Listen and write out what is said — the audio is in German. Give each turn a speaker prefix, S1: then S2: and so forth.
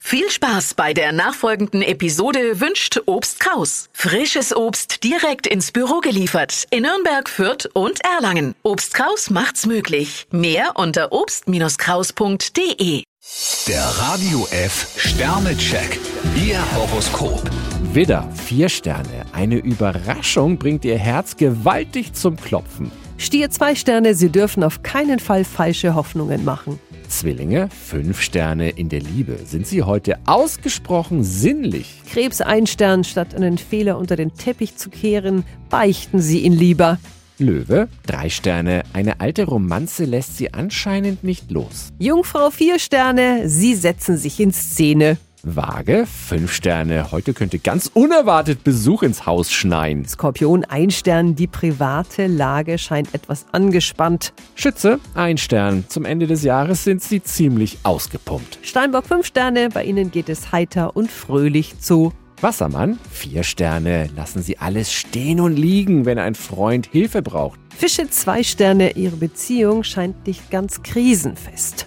S1: Viel Spaß bei der nachfolgenden Episode wünscht Obst Kraus. Frisches Obst direkt ins Büro geliefert in Nürnberg, Fürth und Erlangen. Obst Kraus macht's möglich. Mehr unter obst-kraus.de.
S2: Der Radio F Sternecheck. Ihr Horoskop.
S3: Widder, vier Sterne. Eine Überraschung bringt Ihr Herz gewaltig zum Klopfen.
S4: Stier zwei Sterne, Sie dürfen auf keinen Fall falsche Hoffnungen machen.
S3: Zwillinge, fünf Sterne in der Liebe. Sind Sie heute ausgesprochen sinnlich?
S4: Krebs ein Stern, statt einen Fehler unter den Teppich zu kehren, beichten Sie ihn lieber.
S3: Löwe, drei Sterne. Eine alte Romanze lässt Sie anscheinend nicht los.
S4: Jungfrau vier Sterne, Sie setzen sich in Szene.
S3: Waage, fünf Sterne. Heute könnte ganz unerwartet Besuch ins Haus schneien.
S4: Skorpion ein Stern, die private Lage scheint etwas angespannt.
S3: Schütze, ein Stern. Zum Ende des Jahres sind Sie ziemlich ausgepumpt.
S4: Steinbock fünf Sterne, bei Ihnen geht es heiter und fröhlich zu.
S3: Wassermann, vier Sterne. Lassen Sie alles stehen und liegen, wenn ein Freund Hilfe braucht.
S4: Fische zwei Sterne, Ihre Beziehung scheint nicht ganz krisenfest.